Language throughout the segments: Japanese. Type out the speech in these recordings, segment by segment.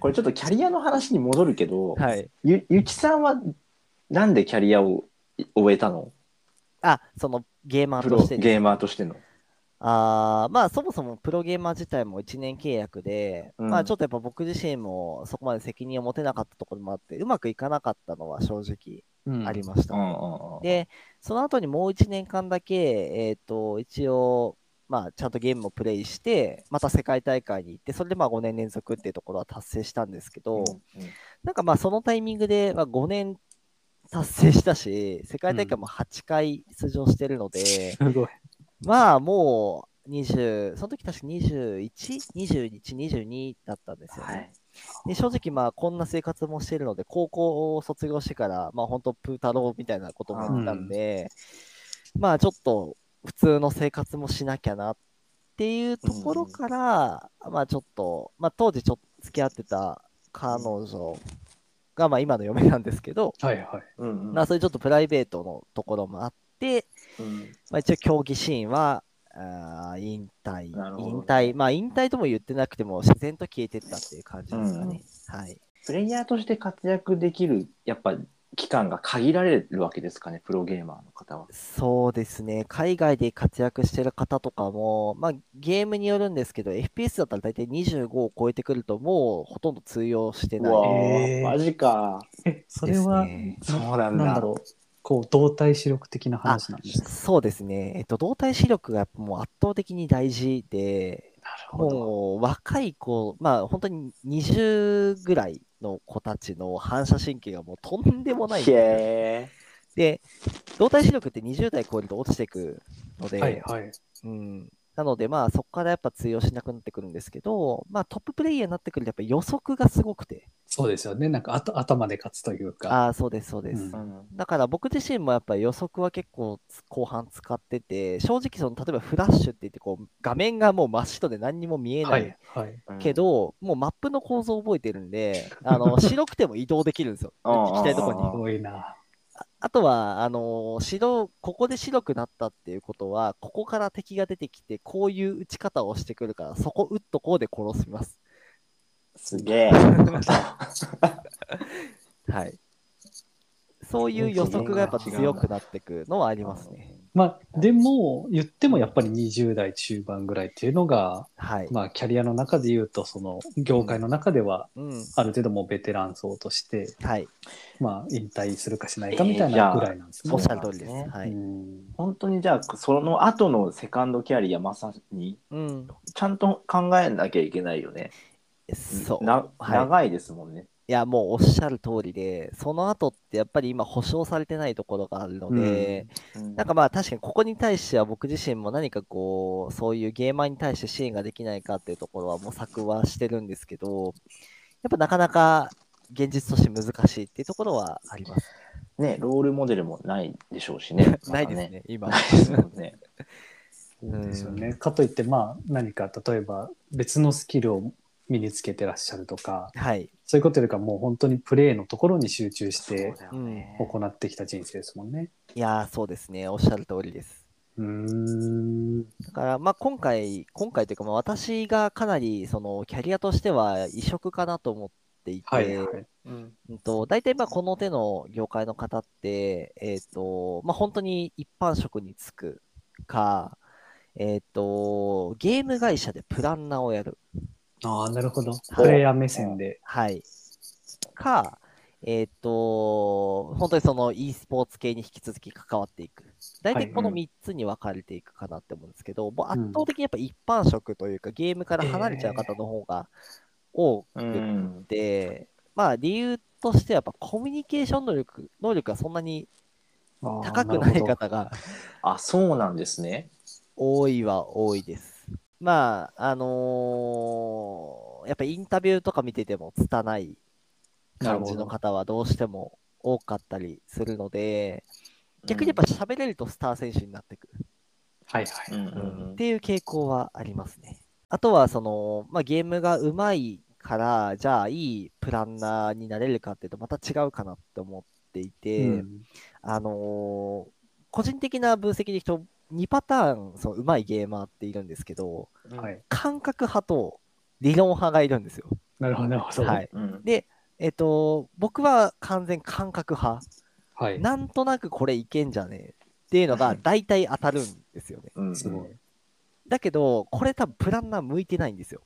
これちょっとキャリアの話に戻るけど、はい。ゆゆきさんはなんでキャリアを終えたのあ、そのゲーマープとロしてですゲーマーとしての。あーまあそもそもプロゲーマー自体も1年契約で、うんまあちょっとやっぱ僕自身もそこまで責任を持てなかったところもあって、うまくいかなかったのは正直ありましうた。んうんうんで、その後にもう1年間だけ、えっ、と、一応、まあちゃんとゲームをプレイして、また世界大会に行って、それでまあ5年連続っていうところは達成したんですけど、なんかまあそのタイミングでまあ5年達成したし、世界大会も8回出場してるので、 すごい。まあ、もう、20、その時確か 21?21、22だったんですよね。はい。で正直、まあ、こんな生活もしてるので、高校を卒業してから、まあ、本当プー太郎みたいなことも言ったんで、まあ、ちょっと、普通の生活もしなきゃなっていうところから、まあ、ちょっと、まあ、当時、ちょっと付き合ってた彼女が、まあ、今の嫁なんですけど、はいはい。うんうんまあ、そういうちょっとプライベートのところもあって、うんまあ、一応競技シーンは、あー引退、引なるほど退、まあ引退とも言ってなくても、自然と消えてったっていう感じですかね。はい。プレイヤーとして活躍できるやっぱ期間が限られるわけですかね、プロゲーマーの方は。そうですね。海外で活躍してる方とかも、まあゲームによるんですけど、FPS だったら大体25を超えてくると、もうほとんど通用してなうわい。えーマジか。え、そでれすは、ねそうなんだ。なんだろう。こう、動体視力的な話なんですかそうですね。えっと、動体視力がやっぱもう圧倒的に大事で、なるほど。もう若い子、まあ本当に20ぐらいの子たちの反射神経がもうとんでもない。へで、動体視力って20代超えると落ちてくので、はいはい。うん、なので、まあ、そこからやっぱ通用しなくなってくるんですけど、まあ、トッププレイヤーになってくると、やっぱ予測がすごくて、そうですよね。なんか、あと頭で勝つというか。ああー、そうです、そうです。うんーうんだから僕自身もやっぱり予測は結構つ後半使ってて、正直その、例えばフラッシュって言ってこう、画面がもう真っ白で何にも見えはないいはい。うんけど、もうマップの構造を覚えてるん で、あの白くても移動できるんです よ、うんうんうん行きたいとこすに。ごいな。ああとは、あのー白、ここで白くなったっていうことは、ここから敵が出てきて、こういう打ち方をしてくるから、そこ打っとこうで殺します。す げえ。はい。そういう予測がやっぱ強くなってくのはありますね。まあ、でも、言ってもやっぱり20代中盤ぐらいっていうのが、はい。まあ、キャリアの中で言うと、その、業界の中では、うん。ある程度もうベテラン層として、はい。まあ、引退するかしないかみたいえーじゃなあぐらいなんですね。おっしゃる通りです。そうなんですねはうい。ん本当にじゃあその後のセカンドキャリアまさにうん。ちゃんと考えなきゃいけないよね。そう。なはい長いですもんね。いや、もうおっしゃる通りで、その後ってやっぱり今保証されてないところがあるので、なんかまあ確かにここに対しては僕自身も何かこう、そういうゲーマーに対して支援ができないかっていうところは模索はしてるんですけど、やっぱなかなか現実として難しいっていうところはあります。。ねロールモデルもないでしょうしねないですね、今まだ。ね。ないですもん ね。そうですよね。かといって、まあ、何か、例えば、別のスキルを身につけてらっしゃるとか、はい。そういうことよりか、もう本当にプレーのところに集中しそうてだよね行ってきた人生ですもんね。いやー、そうですね、おっしゃる通りです。うーん。だから、まあ、今回、今回というか、まあ、私がかなり、その、キャリアとしては異色かなと思っていて、はいはい。うんと、大体まあこの手の業界の方って、えっと、まあ本当に一般職に就くか、えっと、ゲーム会社でプランナーをやる。ああ、なるほど。プレイヤー目線で。はい。か、えっと、本当にその e スポーツ系に引き続き関わっていく。大体このはい3つに分かれていくかなって思うんですけど、もううん圧倒的にやっぱ一般職というか、ゲームから離れちゃう方の方が多くうて、ん。で、まあ理由としてはやっぱコミュニケーション能力、能力がそんなにあー高くない。るほど方があそうなんですね。多いは多いです。まあ、あのーやっぱインタビューとか見てても拙い感じの方はどうしても多かったりするので、逆にやっぱ喋れるとスター選手になってくるはいはうい。んうっんていう傾向はありますね。あとはその、まあ、ゲームが上手いから、じゃあいいプランナーになれるかっていうとまた違うかなって思っていて、うんあのー個人的な分析でいくと、2パターン、そう、うまいゲーマーっているんですけど、うんはい。感覚派と理論派がいるんですよ。なるほど、なるほど。はい。うんで、えっと、僕は完全感覚派。はい。なんとなくこれいけんじゃねえっていうのが大体当たるんですよね。うんすごい。だけど、これ多分プランナー向いてないんですよ。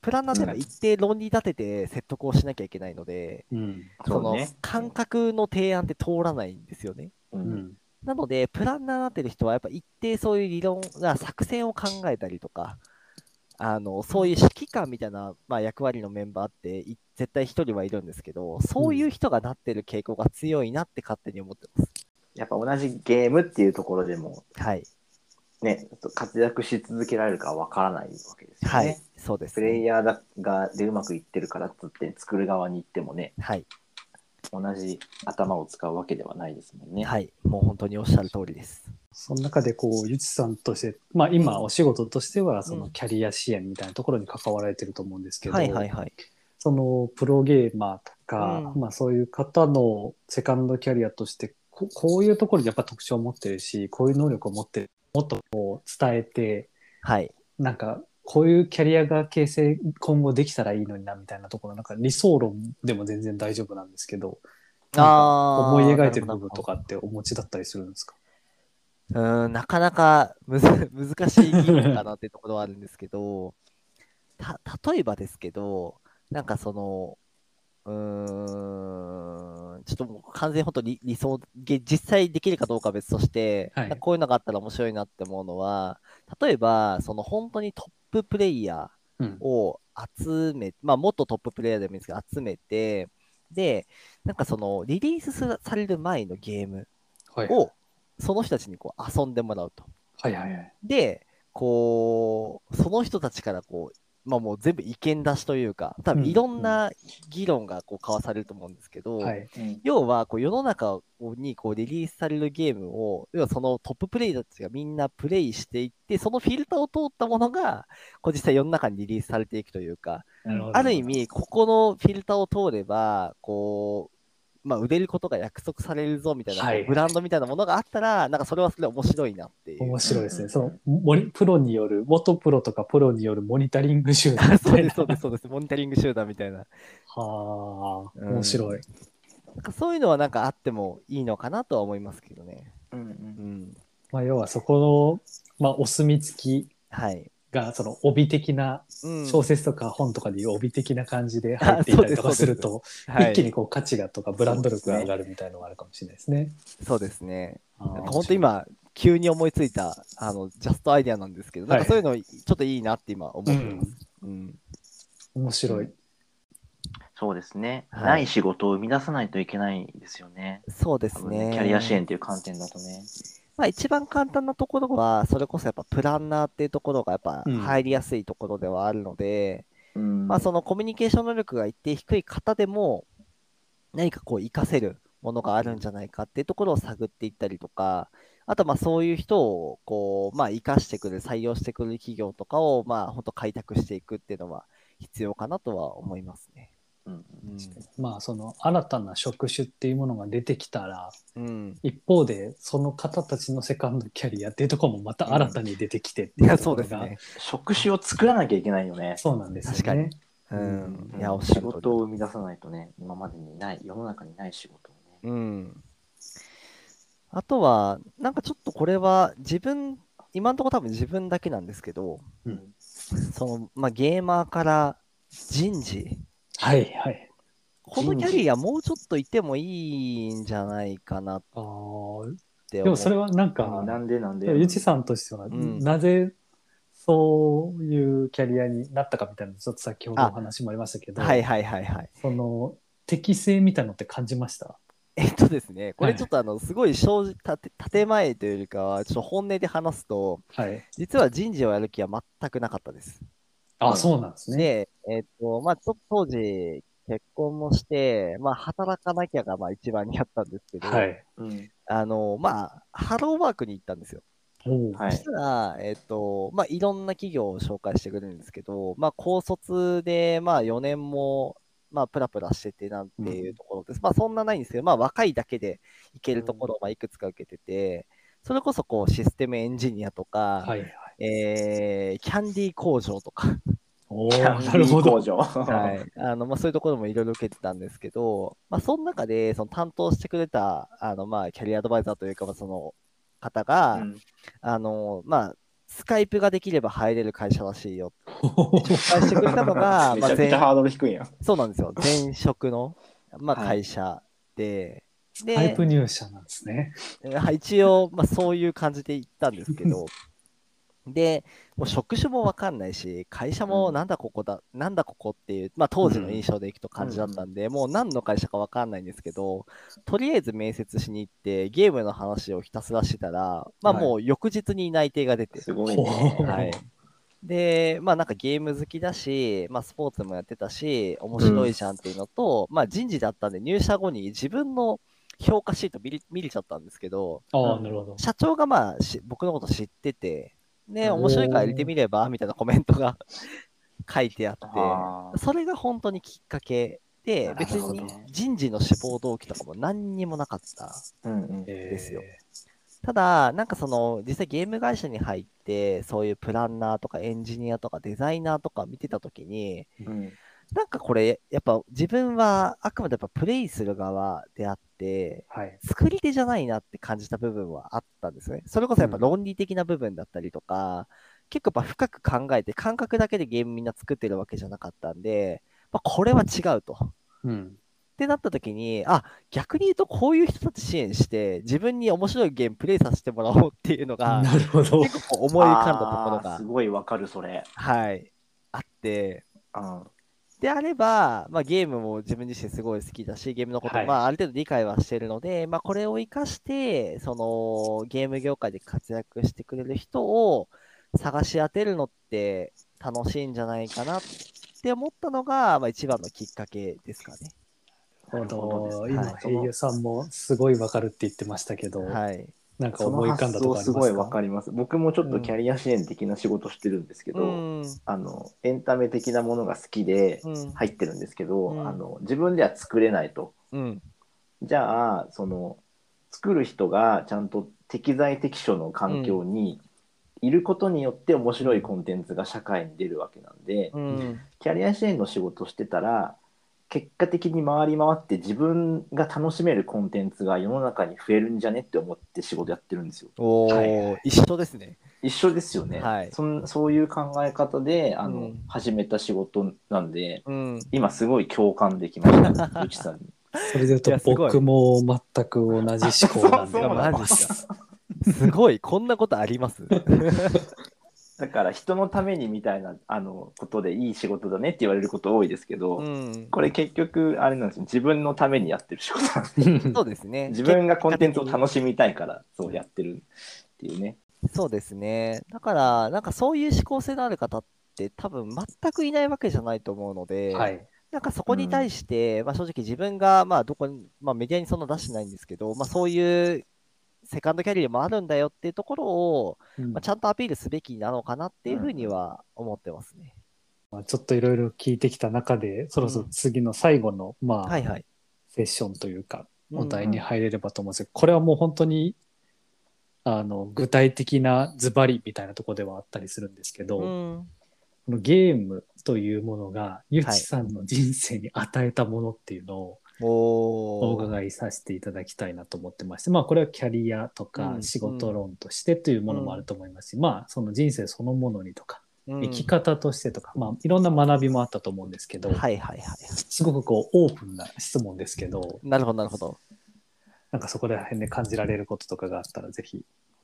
プランナーっていうのは一定論理立てて説得をしなきゃいけないので、うん。そそうのね感覚の提案って通らないんですよね。ううんん。なので、プランナーになってる人は、やっぱ一定そういう理論、あ作戦を考えたりとか、あのそういう指揮官みたいな、まあ、役割のメンバーって、い絶対一人はいるんですけど、そういう人がなってる傾向が強いなって勝手に思ってます。やっぱ同じゲームっていうところでもはい。ね活躍し続けられるかわからないわけですよね。はい。そうです、プレイね。ヤーだがでうまくいってるからっつって作る側に行ってもねはい。同じ頭を使うわけではないですもんね。はい。もう本当におっしゃる通りです。その中でこう、ゆちさんとして、まあ今お仕事としては、そうのんキャリア支援みたいなところに関わられてると思うんですけど、はいはいはい。そのプロゲーマーとか、うんまあそういう方のセカンドキャリアとしてこ、こういうところでやっぱ特徴を持ってるし、こういう能力を持ってる、もっとこう伝えて、はい。なんかこういうキャリアが形成、今後できたらいいのになみたいなところ、なんか理想論でも全然大丈夫なんですけど、なんかあー思い描いてる部分とかってお持ちだったりするんですかうーん、なかなかむず 難しい議論かなってところはあるんですけど、た例えばですけど、なんかその、うーん、ちょっともう完全に本当に理想、げ実際できるかどうかは別として、はいなんかこういうのがあったら面白いなって思うのは、例えば、その本当にトッププレイヤー、うん。を集め、まあ、元トッププレイヤーでもいいんですけど、集めて、で、なんかその、リリースすされる前のゲームはい。を、その人たちにこう遊んでもらうと。はいはいはい。で、こう、その人たちからこう、まあもう全部意見出しというか、多う分んいろんな議論がこう交わされると思うんですけど、はい。うん要はこう世の中にこうリリースされるゲームを、要はそのトッププレイヤーたちがみんなプレイしていって、そのフィルターを通ったものが、こう実際世の中にリリースされていくというか、なるほどある意味、ここのフィルターを通れば、こう、まあ、売れることが約束されるぞみたいな、はいこうブランドみたいなものがあったら、なんかそれはそれで面白いなっていう。面白いですうね。んそのモニプロによる、元プロとかプロによるモニタリング集 団み そうたいでなす、。そうです、そうです。モニタリング集団みたいな。はあ、うん面白い。なんかそういうのはなんかあってもいいのかなとは思いますけどね。うんううんん。まあ、要はそこの、まあ、お墨付きはい。が、その帯的な、うん小説とか本とかでいう帯的な感じで入っていたりとかあすそうですると、はい一気にこう価値がとかブランド力が上がるみたいなのがあるかもしれないですね。そうですね。あーなんか本当、今、急に思いついた、あの、ジャストアイデアなんですけど、なんかそういうの、ちょっといいなって今思ってます。うん。面白い。そうですね、はいない仕事を生み出さないといけないですよね。そうで多す分ねね。キャリア支援という観点だとね。まあ、一番簡単なところは、それこそやっぱプランナーっていうところがやっぱうん入りやすいところではあるので、うんまあ、そのコミュニケーション能力が一定低い方でも、何かこう活かせるものがあるんじゃないかっていうところを探っていったりとか、あとまあそういう人をこう、まあ、活かしてくれる、採用してくれる企業とかを、まあ、本当開拓していくっていうのは必要かなとは思いますね。うんまあ、その新たな職種っていうものが出てきたら、うん。一方で、その方たちのセカンドキャリアっていうところもまた新たに出てきてっていいうや、とこそうろですが、ね。職種を作らなきゃいけないよね。そうなんですよね。確かにううんん。うんいや、おっしゃ仕る通り事を生み出さないとね、今までにない、世の中にない仕事をね。うん。あとは、なんかちょっとこれは自分、今のところ多分自分だけなんですけど、うんその、まあ、ゲーマーから人事、はいはい。このキャリアもうちょっといてもいいんじゃないかなっあーてで思もう。それはなんなか、んでなんで。ゆちさんとしては、んなぜそういうキャリアになったかみたいな、ちょっと先ほどお話もありましたけど、はいはいはいはい。その適性みたいなのって感じましたえっとですね、こはれいちょっとあの、すごい正直、たて建前というよりかは、ちょっと本音で話すと、はい。実は人事をやる気は全くなかったです。うんあ、そうなんですね。で、えっ、と、まあ、ちょっと当時、結婚もして、まあ、働かなきゃが、まあ、一番にあったんですけど、はい。うんあの、まあ、ハローワークに行ったんですよ。おうはそいし。たら、えっ、と、まあ、いろんな企業を紹介してくれるんですけど、まあ、高卒で、まあ、4年も、まあ、プラプラしててなんていうところです。まあ、そんなないんですけど、まあ、若いだけで行けるところを、まあ、いくつか受けてて、それこそ、こう、システムエンジニアとか、はいはい。えーキャンディー工場とか、おおキャンデなるィほー工ど。場。はい。あのまあ、そういうところもいろいろ受けてたんですけど、まあ、その中でその担当してくれたあの、まあ、キャリアアドバイザーというか、まあ、その方が、うん、あのまあ、スカイプができれば入れる会社らしいよって紹介してくれたのが めまちあゃく前ちゃハードル低いやん。そうなんですよ前職の、まあ、はい会社で。で タイプ入社なんですね。はい一応、まあ、そういう感じで行ったんですけ ど、で、もう職種もわかんないし、会社もなんだここだ、なんだここっていう、まあ、当時の印象でいくと感じだったんで、もう何の会社かわかんないんですけど、とりあえず面接しに行って、ゲームの話をひたすらしてたら、まあ、はいもう翌日に内定が出て、すごいほね。うはい。で、まあなんかゲーム好きだし、まあスポーツもやってたし、面白いじゃんっていうのと、まあ人事だったんで入社後に自分の評価シート見れ見れちゃったんですけど、ああ、なるほど。社長がまあし僕のこと知ってて、ね、面白いから入れてみればみたいなコメントが 書いてあっあて、それが本当にきっかけで、別なるほにど人事の志望動機とかも何にもなかった。ーうんうんですよただ、なんかその、実際ゲーム会社に入って、そういうプランナーとかエンジニアとかデザイナーとか見てたときに、うんなんかこれ、やっぱ自分はあくまでやっぱプレイする側であって、はい。作り手じゃないなって感じた部分はあったんですね。それこそやっぱうん論理的な部分だったりとか、結構やっぱ深く考えて、感覚だけでゲームみんな作ってるわけじゃなかったんで、まあ、これは違うと。うん。ってなった時に、あ、逆に言うとこういう人たち支援して、自分に面白いゲームプレイさせてもらおうっていうのが、なるほど。結構こう思い浮かんだところあーがす、ごいわかる、それ。はい、あって、うんであれば、まあ、ゲームも自分自身すごい好きだし、ゲームのことも、はいまあ、ある程度理解はしているので、まあ、これを活かして、そのゲーム業界で活躍してくれる人を探し当てるのって楽しいんじゃないかなって思ったのが、まあ、一番のきっかけですかね。なるほなど。る今ほ、ど英雄さんもすごいわかるって言ってましたけど、はい。なんかそ思のい浮かん発だ想とかありすまごいすわかかります。僕もちょっとキャリア支援的な仕事してるんですけど、うん。あのエンタメ的なものが好きでうん。入ってるんですけど、うんあの自分では作れないと。うん。じゃあその作る人がちゃんと適材適所の環境にいることによって面白いコンテンツが社会に出るわけなんで、うん。キャリア支援の仕事してたら結果的に回り回って自分が楽しめるコンテンツが世の中に増えるんじゃねって思って仕事やってるんですよ。おー、はいは一緒ですね。一緒ですよね、はいそんそういう考え方であの、うん始めた仕事なんでうん。今すごい共感できました ゆきさんに。それでい言やうすごとい僕も全く同じ思考なんで。そうなんだマジっすか。 すごい、こんなことありますだから人のためにみたいなあのことでいい仕事だねって言われること多いですけど、んこれ結局あれなんですよ自分のためにやってる仕事なんですそうですね。自分がコンテンツを楽しみたいからそうやってるっていうね。そうですね。だから、なんかそういう思考性のある方って多分全くいないわけじゃないと思うので、はい。なんかそこに対して、まあ正直自分が、まあどこに、まあメディアにそんな出してないんですけど、まあそういうセカンドキャリアもあるんだよっていうところを、まあ、ちゃんとアピールすべきなのかなっていうふうには思ってますね。まあちょっといろいろ聞いてきた中で、そろそろ次の最後の、まはあ、いはい。セッションというか、おう題んに入れればと思うんですけど、これはもう本当に、あの、具体的なズバリみたいなところではあったりするんですけど、うんこのゲームというものが、ゆちさんの人生に与えたものっていうのをおおー。伺いさせていただきたいなと思ってまして、まあこれはキャリアとかうん仕事論としてというものもあると思いますし、まあその人生そのものにとか、うん生き方としてとか、まあいろんな学びもあったと思うんですけど、はいはいはい。すごくこうオープンな質問ですけど、なるほどなるほど。なんかそこら辺で感じられることとかがあったらぜひ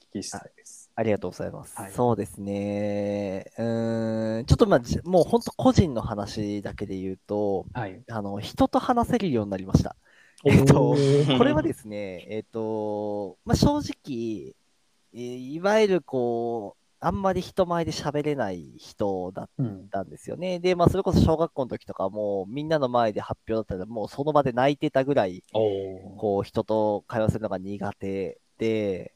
お聞きしたいです。ありがとうございます。はいそうですね。うーん、ちょっとまあ、じもう本当個人の話だけで言うと、はい。あの、人と話せるようになりました。えっとおーこれはですね、えっ、と、まあ、正直、えーいわゆるこう、あんまり人前で喋れない人だっうん。たんですよね。で、まあ、それこそ小学校の時とかもうみんなの前で発表だったらもうその場で泣いてたぐらいおーこう人と会話するのが苦手で、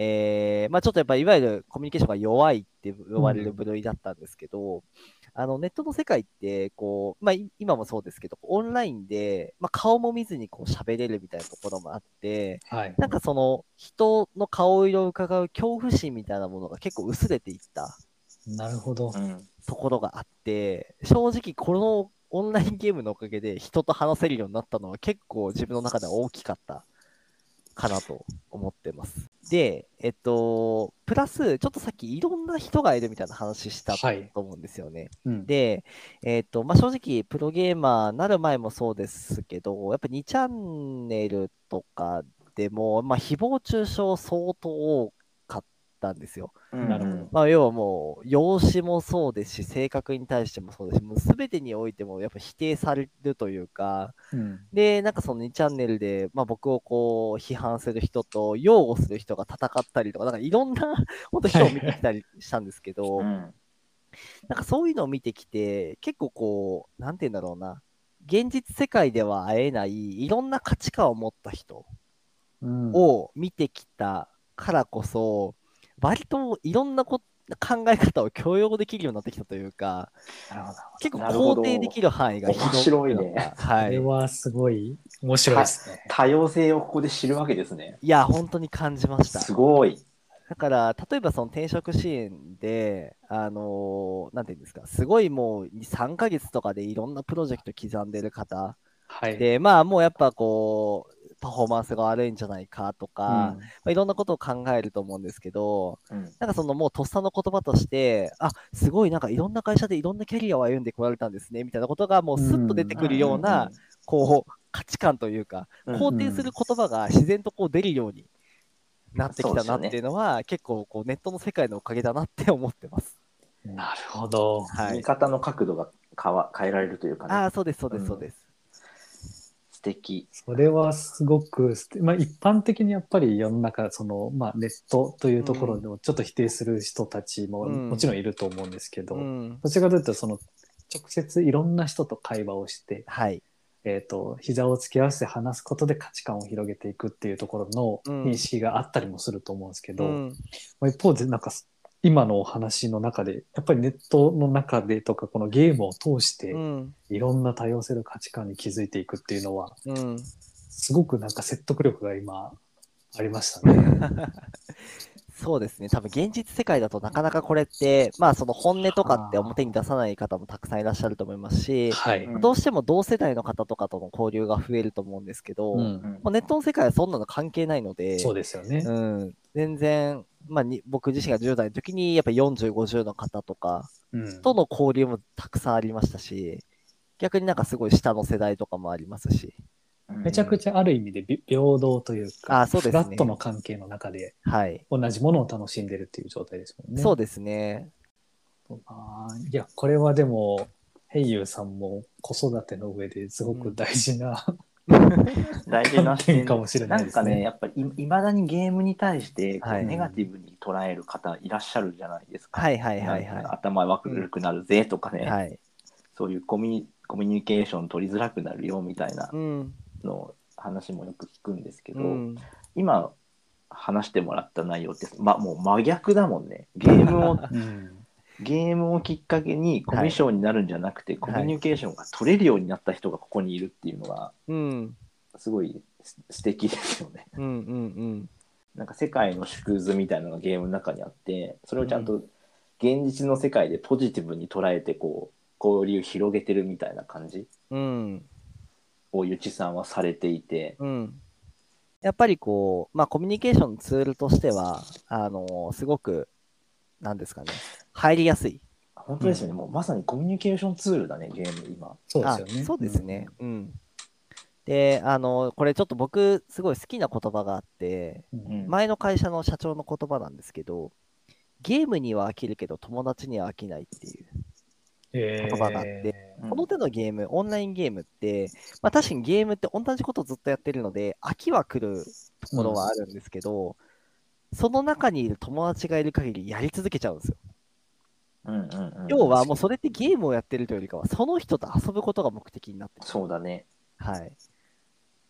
えーまあ、ちょっとやっぱりいわゆるコミュニケーションが弱いって呼ばれる部類だったんですけど、あのネットの世界ってこう、まあ、い今もそうですけどオンラインで、まあ、顔も見ずにこう喋れるみたいなところもあってはい。なんかその人の顔色を伺う恐怖心みたいなものが結構薄れていったなるほど。うんところがあって、正直このオンラインゲームのおかげで人と話せるようになったのは結構自分の中では大きかったかなと思ってます。で、えっと、プラス、ちょっとさっきいろんな人がいるみたいな話したとはい。思うんですよね。うん、で、えっとまあ、正直、プロゲーマーなる前もそうですけど、やっぱ2チャンネルとかでも、まあ、誹謗中傷相当多かったんですよ。うんなるほどまあ、要はもう、容姿もそうですし、性格に対してもそうですし、もう全てにおいてもやっぱ否定されるというか、うんで、なんかその2チャンネルで、まあ、僕をこう批判する人と擁護する人が戦ったりとか、なんかいろんな 本当人を見てきたりしたんですけど、うんなんかそういうのを見てきて、結構こう、なんて言うんだろうな、現実世界では会えない、いろんな価値観を持った人うんを見てきたからこそ、割といろんなこ考え方を許容できるようになってきたというか、なるほど。結構なるほど肯定できる範囲が広面白いねはこい。れいはすごい面白いですね。多様性をここで知るわけですね。や、本当に感じました。すごい。だから、例えばその転職支援で、あのーなんていうんですか、すごいもう3ヶ月とかでいろんなプロジェクト刻んでる方、はい。で、まあ、もうやっぱこう、パフォーマンスが悪いんじゃないかとか、まうんあ、いろんなことを考えると思うんですけど、うんなんかそのもうとっさの言葉として、あすごいなんかいろんな会社でいろんなキャリアを歩んでこられたんですねみたいなことがもうスッと出てくるような、こう価値観というか、うん肯定する言葉が自然とこう出るようになってきそうでたすよなっねていうのは、結構こうネットの世界のおかげだなって思ってます。なるほど。は見い、方の角度が変わ変えられるというかあねあ、そうです、そうでうんす、そうです。素敵それはすごくすて、まあ、一般的にやっぱり世の中その、まあ、ネットというところでもちょっと否定する人たちもうんもちろんいると思うんですけど、うん、どちらかというとその直接いろんな人と会話をして、はい、えー、と膝を突き合わせて話すことで価値観を広げていくっていうところうのん認識があったりもすると思うんですけうど、ん、まあ一方でなんか今のお話の中でやっぱりネットの中でとかこのゲームを通してうん、いろんな多様性の価値観に気づいていくっていうのはうん。すごくなんか説得力が今ありましたね。そうですね、多分現実世界だとなかなかこれって、まあその本音とかってはあ表に出さない方もたくさんいらっしゃると思いますし、はい。うんどうしても同世代の方とかとの交流が増えると思うんですけど、うもん、うネットの世界はそんなの関係ないので、そうですよね。うん、全然、まあに、僕自身が10代の時に、やっぱ40、50の方とかうんとの交流もたくさんありましたし、逆になんかすごい下の世代とかもありますし、めちゃくちゃある意味でび平等というか、あそうですフねラットの関係の中ではい、同じものを楽しんでるっていう状態ですもんね。そうですね。あーいや、これはでも、ヘイユーさんも子育ての上ですごく大事な、大事な視点 観点かもしれないですねんかねやっぱりいまだにゲームに対してこうはいネガティブに捉える方いらっしゃるじゃないですか。はいはいはいなんかは頭悪くなるぜとかね、い。はい。そういうコミュニコミュニケーション取りづらくなるよみたいなうん。の話もよく聞くんですけど、うん今話してもらった内容って、ま、もう真逆だもんねゲームをうんゲームをきっかけにコミュ障になるんじゃなくて、コミュニケーションが取れるようになった人がここにいるっていうのはうん。すごいす素敵ですよね。うんうんなんか世界の縮図みたいなのがゲームの中にあってそれをちゃんと現実の世界でポジティブに捉えてこう交流広げてるみたいな感じうん。うん。をゆちさんはされていて。うん。やっぱりこう、まあコミュニケーションのツールとしては、あのすごく、なんですかね、入りやすい。本当ですよね、もうまさにコミュニケーションツールだねゲーム今。そうであすよね。そうですね。うん。で、あのこれちょっと僕、すごい好きな言葉があって、うん。前の会社の社長の言葉なんですけど、ゲームには飽きるけど友達には飽きないっていう。言言葉があってこの手のゲーム、オンラインゲームって、まあ、確かにゲームって同じことずっとやってるので、飽きは来るところはあるんですけど、その中にいる友達がいる限りやり続けちゃうんですよ。うんうんうん、要はもうそれってゲームをやってるというよりかは、その人と遊ぶことが目的になってる。そうだね。はい。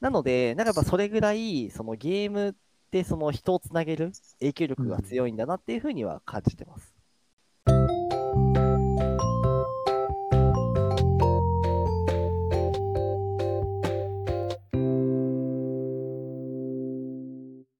なので、なんかやっぱそれぐらい、そのゲームってその人をつなげる影響力が強いんだなっていうふうには感じてます。